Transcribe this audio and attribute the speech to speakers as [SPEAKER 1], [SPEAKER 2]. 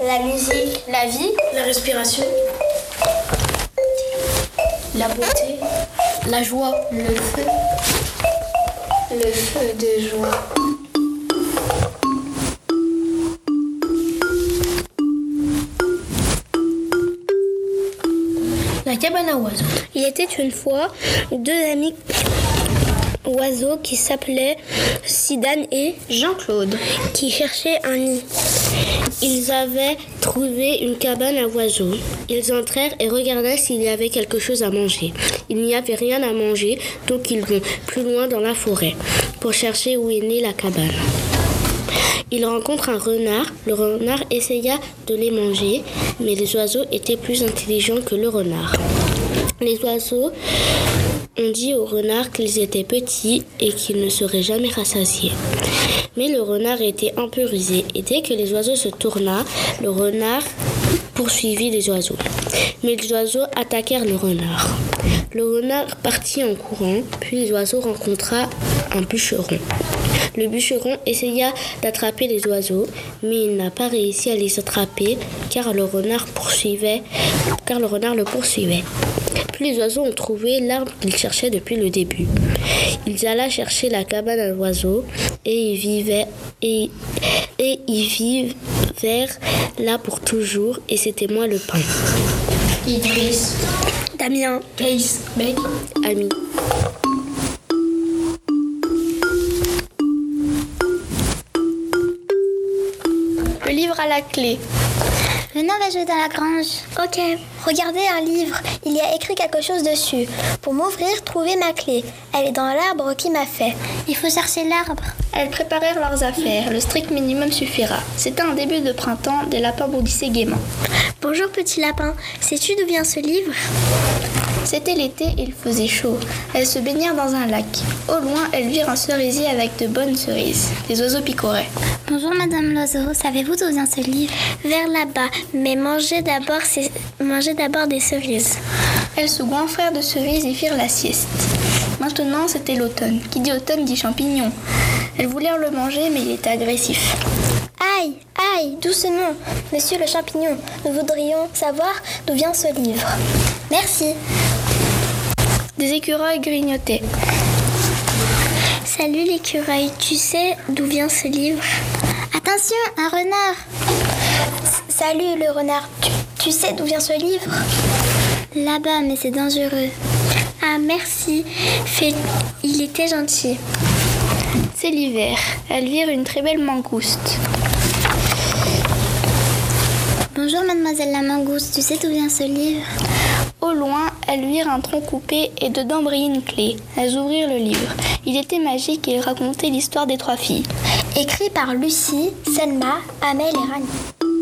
[SPEAKER 1] la musique,
[SPEAKER 2] la vie,
[SPEAKER 3] la respiration,
[SPEAKER 2] la beauté,
[SPEAKER 3] la joie,
[SPEAKER 2] le feu, le feu de joie.
[SPEAKER 3] la cabane à oiseaux,
[SPEAKER 4] Il était une fois deux amis oiseaux qui s'appelaient Sidane et
[SPEAKER 2] Jean-Claude,
[SPEAKER 4] qui cherchaient un nid. Ils avaient trouvé une cabane à oiseaux. Ils entrèrent et regardèrent s'il y avait quelque chose à manger. Il n'y avait rien à manger, donc ils vont plus loin dans la forêt pour chercher où est née la cabane. Ils rencontrent un renard. Le renard essaya de les manger, mais les oiseaux étaient plus intelligents que le renard. Les oiseaux on dit au renard qu'ils étaient petits et qu'ils ne seraient jamais rassasiés. Mais le renard était un peu rusé et dès que les oiseaux se tourna, le renard poursuivit les oiseaux. Mais les oiseaux attaquèrent le renard. Le renard partit en courant, puis les oiseaux rencontra un bûcheron. Le bûcheron essaya d'attraper les oiseaux, mais il n'a pas réussi à les attraper car le renard poursuivait, car le renard le poursuivait. Puis les oiseaux ont trouvé l'arbre qu'ils cherchaient depuis le début. Ils allaient chercher la cabane à l'oiseau et y vivaient et, et y vivèrent là pour toujours et c'était moi le pain.
[SPEAKER 2] Idriss,
[SPEAKER 4] Damien,
[SPEAKER 3] Caïs, Meg,
[SPEAKER 4] ami.
[SPEAKER 2] le livre à la clé,
[SPEAKER 1] Venons va jouer dans la grange.
[SPEAKER 5] Ok,
[SPEAKER 1] Regardez un livre, il y a écrit quelque chose dessus. Pour m'ouvrir, trouvez ma clé. Elle est dans l'arbre qui m'a fait. Il faut chercher l'arbre.
[SPEAKER 2] Elles préparèrent leurs affaires, le strict minimum suffira. C'était un début de printemps, des lapins bondissaient gaiement.
[SPEAKER 5] bonjour petit lapin, sais-tu d'où vient ce livre
[SPEAKER 2] C'était l'été et il faisait chaud. Elles se baignèrent dans un lac. Au loin, elles virent un cerisier avec de bonnes cerises. Les oiseaux picoraient.
[SPEAKER 5] Bonjour madame l'oiseau, savez-vous d'où vient ce livre
[SPEAKER 1] Vers là-bas, mais mangez d'abord ces- mangez d'abord des cerises.
[SPEAKER 2] Elles se goinfrèrent de cerises et firent la sieste. Maintenant, c'était l'automne. Qui dit automne dit champignons. Elles voulurent le manger, mais il était agressif.
[SPEAKER 1] Aïe, aïe, doucement, monsieur le champignon, nous voudrions savoir d'où vient ce livre. Merci.
[SPEAKER 2] Des écureuils grignotaient.
[SPEAKER 1] Salut l'écureuil, tu sais d'où vient ce livre
[SPEAKER 5] Attention, un renard
[SPEAKER 1] Salut le renard, tu, tu sais d'où vient ce livre
[SPEAKER 5] Là-bas, mais c'est dangereux. Ah merci, Fais- il était gentil.
[SPEAKER 2] C'est l'hiver. Elles virent une très belle mangouste.
[SPEAKER 5] Bonjour mademoiselle la mangouste, tu sais d'où vient ce livre
[SPEAKER 2] Au loin, elles virent un tronc coupé et dedans brillait une clé. Elles ouvrirent le livre. Il était magique et il racontait l'histoire des trois filles.
[SPEAKER 1] Écrit par Lucie, Selma, Amel et Rani.